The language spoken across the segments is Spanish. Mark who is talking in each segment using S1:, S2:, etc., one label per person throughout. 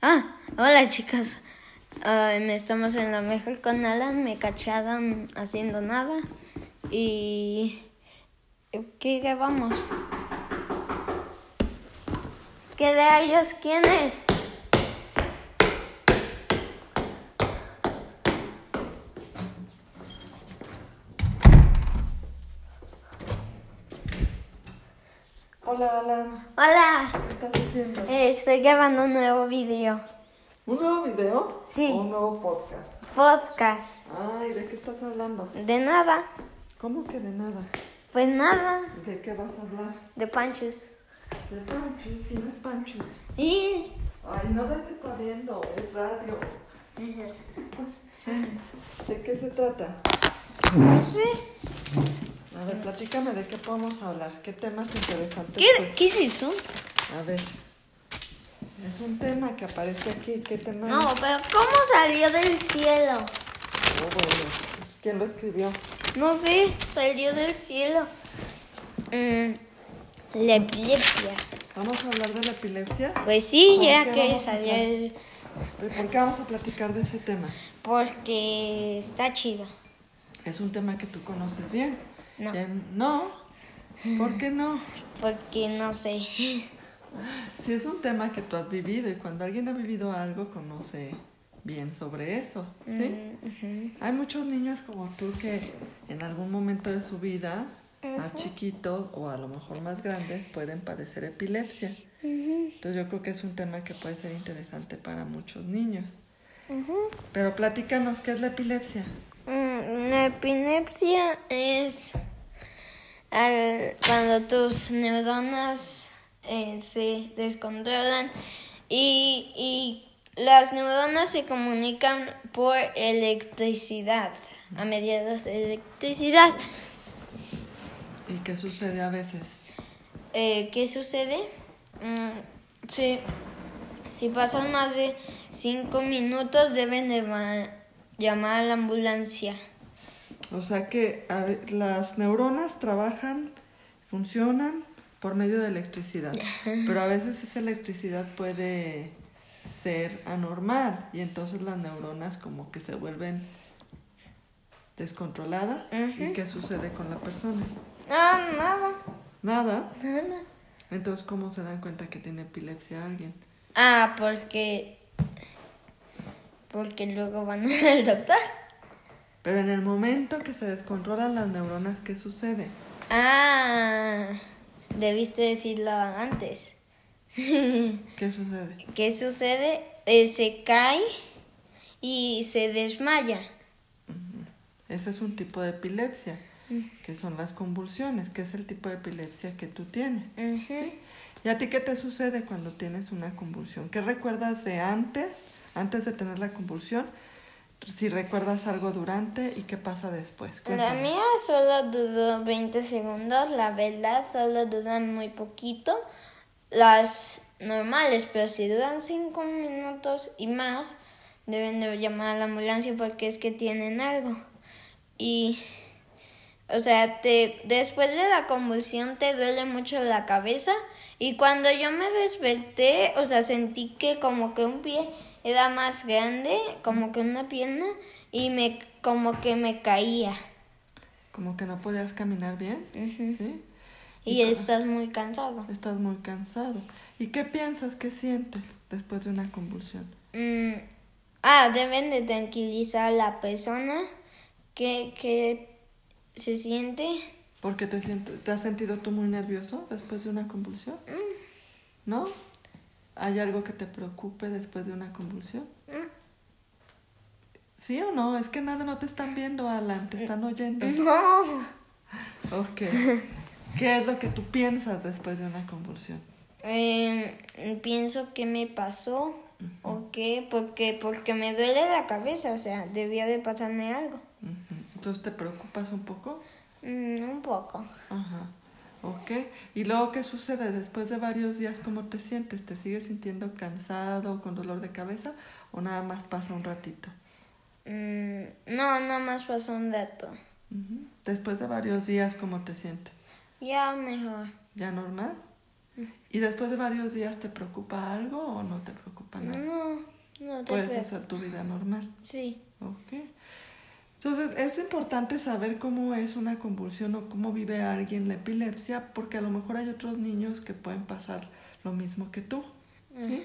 S1: Ah, hola chicas. Ah, estamos en la mejor con Alan. Me cacharon haciendo nada. Y. ¿Qué grabamos? ¿Qué de ellos quién es?
S2: Hola Alan,
S1: Hola,
S2: ¿qué estás haciendo?
S1: eh, estoy grabando un nuevo video.
S2: ¿Un nuevo video?
S1: Sí.
S2: ¿O un nuevo podcast?
S1: Podcast.
S2: Ay, ¿de qué estás hablando?
S1: De nada.
S2: ¿Cómo que de nada?
S1: Pues nada.
S2: ¿De qué vas a hablar?
S1: De panchos.
S2: De panchos, ¿quién es panchos?
S1: Y.
S2: Ay, nada te está viendo, es radio. ¿De qué se trata?
S1: Sí.
S2: A ver, platícame de qué podemos hablar, qué temas interesantes.
S1: ¿Qué, ¿Qué es eso?
S2: tú- A ver, es un tema que aparece aquí, ¿qué tema
S1: No,
S2: es?
S1: pero ¿cómo salió del cielo?
S2: Oh, bueno, pues, ¿quién lo escribió?
S1: No sé, salió del cielo. Mm, la epilepsia.
S2: ¿Vamos a hablar de la epilepsia?
S1: Pues sí,
S2: ¿Por
S1: ya
S2: qué
S1: que
S2: vamos a
S1: salió
S2: hablar?
S1: el-
S2: ¿Y ¿Por qué vamos a platicar de ese tema?
S1: Porque está chido.
S2: Es un tema que tú conoces bien.
S1: No.
S2: Eh, no. ¿Por qué no?
S1: Porque no sé.
S2: Si es un tema que tú has vivido y cuando alguien ha vivido algo conoce bien sobre eso, ¿sí?
S1: Mm,
S2: Hay muchos niños como tú que en algún momento de su vida, más chiquitos o a lo mejor más grandes, pueden padecer epilepsia. Entonces yo creo que es un tema que puede ser interesante para muchos niños. Pero platícanos qué es la epilepsia.
S1: ujú. Mm, la epilepsia es al- cuando tus neuronas eh, se descontrolan y, y las neuronas se comunican por electricidad, a mediados de electricidad.
S2: ¿Y qué sucede a veces?
S1: Eh, ¿Qué sucede? Mm, sí. Si pasan más de cinco minutos deben de ma- llamar a la ambulancia.
S2: O sea que a ver, las neuronas trabajan, funcionan por medio de electricidad, pero a veces esa electricidad puede ser anormal y entonces las neuronas como que se vuelven descontroladas y qué sucede con la persona.
S1: Ah, nada,
S2: Nada.
S1: nada.
S2: Entonces, ¿cómo se dan cuenta que tiene epilepsia alguien?
S1: Ah, porque... Porque luego van al doctor.
S2: Pero en el momento que se descontrolan las neuronas, ¿qué sucede?
S1: Ah, debiste decirlo antes.
S2: ¿Qué sucede?
S1: ¿Qué sucede? Eh, se cae y se desmaya.
S2: Ese es un tipo de epilepsia, que son las convulsiones, que es el tipo de epilepsia que tú tienes.
S1: Ujú.
S2: ¿Y a ti qué te sucede cuando tienes una convulsión? ¿Qué recuerdas de antes, antes de tener la convulsión? Si recuerdas algo durante y qué pasa después.
S1: La
S2: Cuéntame.
S1: mía solo duró 20 segundos, la verdad solo duran muy poquito. Las normales, pero si duran 5 minutos y más, deben de llamar a la ambulancia porque es que tienen algo. Y, o sea, te, después de la convulsión te duele mucho la cabeza. Y cuando yo me desperté, o sea, sentí que como que un pie era más grande, como que una pierna, y me como que me caía.
S2: Como que no podías caminar bien,
S1: Ujú.
S2: ¿sí?
S1: Y estás muy cansado.
S2: Estás muy cansado. ¿Y qué piensas, qué sientes después de una convulsión?
S1: Mm, Ah, deben de tranquilizar a la persona que, que se siente.
S2: Porque te, siento- te has sentido tú muy nervioso después de una convulsión. ¿No? ¿Hay algo que te preocupe después de una convulsión?
S1: Mm,
S2: ¿Sí o no? Es que nada, no te están viendo, Alan, te están oyendo.
S1: Mm. No.
S2: Ok. ¿Qué es lo que tú piensas después de una convulsión?
S1: Em, pienso que me pasó o qué, porque, porque me duele la cabeza, o sea, debía de pasarme algo.
S2: Ujú. Entonces, ¿te preocupas un poco?
S1: Mm, un poco.
S2: Ajá. Ok. ¿Y luego qué sucede? Después de varios días, ¿cómo te sientes? ¿Te sigues sintiendo cansado, con dolor de cabeza o nada más pasa un ratito?
S1: Mm, no, nada más pasó un dato.
S2: Ujú. Después de varios días, ¿cómo te sientes?
S1: Ya mejor.
S2: ¿Ya normal? ¿Y después de varios días te preocupa algo o Ah, no Pues te preocupa nada?
S1: No. no te
S2: puedes
S1: creo.
S2: hacer tu vida normal.
S1: Sí.
S2: Ok. Entonces, es importante saber cómo es una convulsión o cómo vive alguien la epilepsia, porque a lo mejor hay otros niños que pueden pasar lo mismo que tú. ¿sí?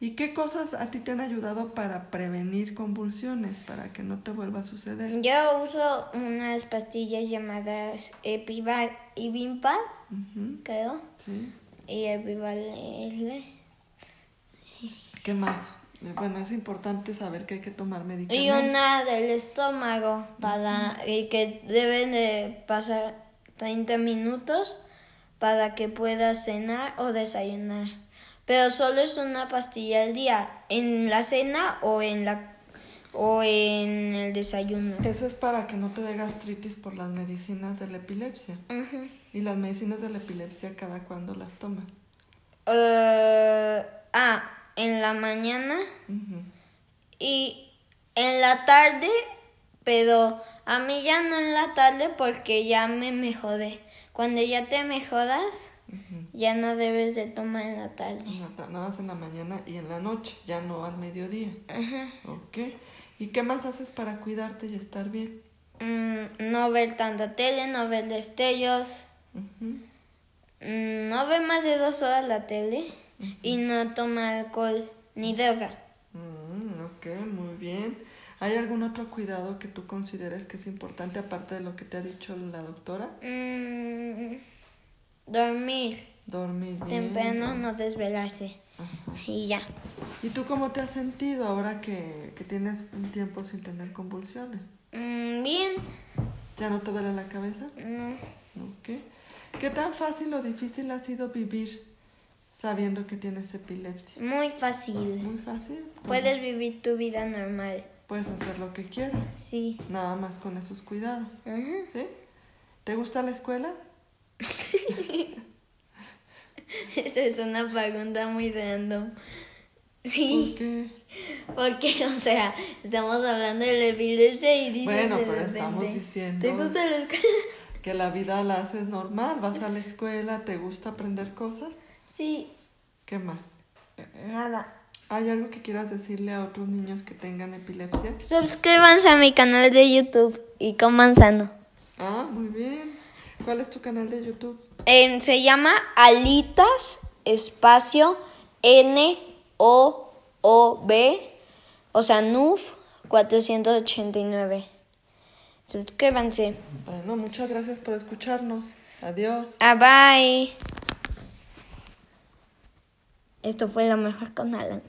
S2: ¿Y qué cosas a ti te han ayudado para prevenir convulsiones, para que no te vuelva a suceder?
S1: Yo uso unas pastillas llamadas Epival y Vimpad,
S2: Ujú,
S1: creo.
S2: ¿sí?
S1: Y Epival es...
S2: ¿Qué más? Eh, Bueno, es importante saber que hay que tomar
S1: Y
S2: medicamentos.
S1: una del estómago para y que deben de pasar 30 minutos para que puedas cenar o desayunar. Pero solo es una pastilla al día, en la cena o en la o en el desayuno.
S2: Eso es para que no te dé gastritis por las medicinas de la epilepsia.
S1: Ujú.
S2: ¿Y las medicinas de la epilepsia cada cuándo las tomas?
S1: Eh, ah, en la mañana
S2: Ujú.
S1: y en la tarde, pero a mí ya no en la tarde porque ya me mejoré. Cuando ya te mejoras, ya no debes de tomar en la tarde.
S2: En la ta- Nada más en la mañana y en la noche, ya no al mediodía.
S1: Ajá.
S2: Ok. ¿Y qué más haces para cuidarte y estar bien?
S1: Mm, no ver tanta tele, no ver destellos,
S2: Ujú.
S1: Mm, no ver más de dos horas la tele y no tomar alcohol ni droga.
S2: Mm, ok, muy bien. ¿Hay algún otro cuidado que tú consideres que es importante aparte de lo que te ha dicho la doctora?
S1: Mm, dormir
S2: Dormir bien.
S1: temprano, no desvelarse
S2: Ajá.
S1: y ya.
S2: ¿Y tú cómo te has sentido ahora que, que tienes un tiempo sin tener convulsiones?
S1: Mm, bien. mm,
S2: ¿Ya no te duele la cabeza?
S1: No.
S2: Ok. ¿Qué tan fácil o difícil ha sido vivir sabiendo que tienes epilepsia?
S1: Muy fácil.
S2: Muy fácil.
S1: Puedes vivir tu vida normal.
S2: Puedes hacer lo que quieras,
S1: Sí.
S2: nada más con esos cuidados.
S1: Ajá.
S2: ¿Sí? ¿Te gusta la escuela?
S1: Esa es una pregunta muy random. Sí,
S2: Porque...
S1: porque, o sea, estamos hablando de la epilepsia y dices
S2: Bueno,
S1: de
S2: pero
S1: repente,
S2: estamos diciendo-
S1: ¿Te gusta la escuela?
S2: Que la vida la haces normal, vas a la escuela, te gusta aprender cosas.
S1: Sí,
S2: ¿Qué más? Eh,
S1: nada.
S2: ¿Hay algo que quieras decirle a otros niños que tengan epilepsia?
S1: Suscríbanse a mi canal de YouTube y coman sano.
S2: Ah, muy bien. ¿Cuál es tu canal de YouTube?
S1: Eh, se llama Alitas Espacio N O O B, o sea, NUF 489. Suscríbanse.
S2: Bueno, muchas gracias por escucharnos. Adiós.
S1: Ah, bye. Esto fue lo mejor con Alan.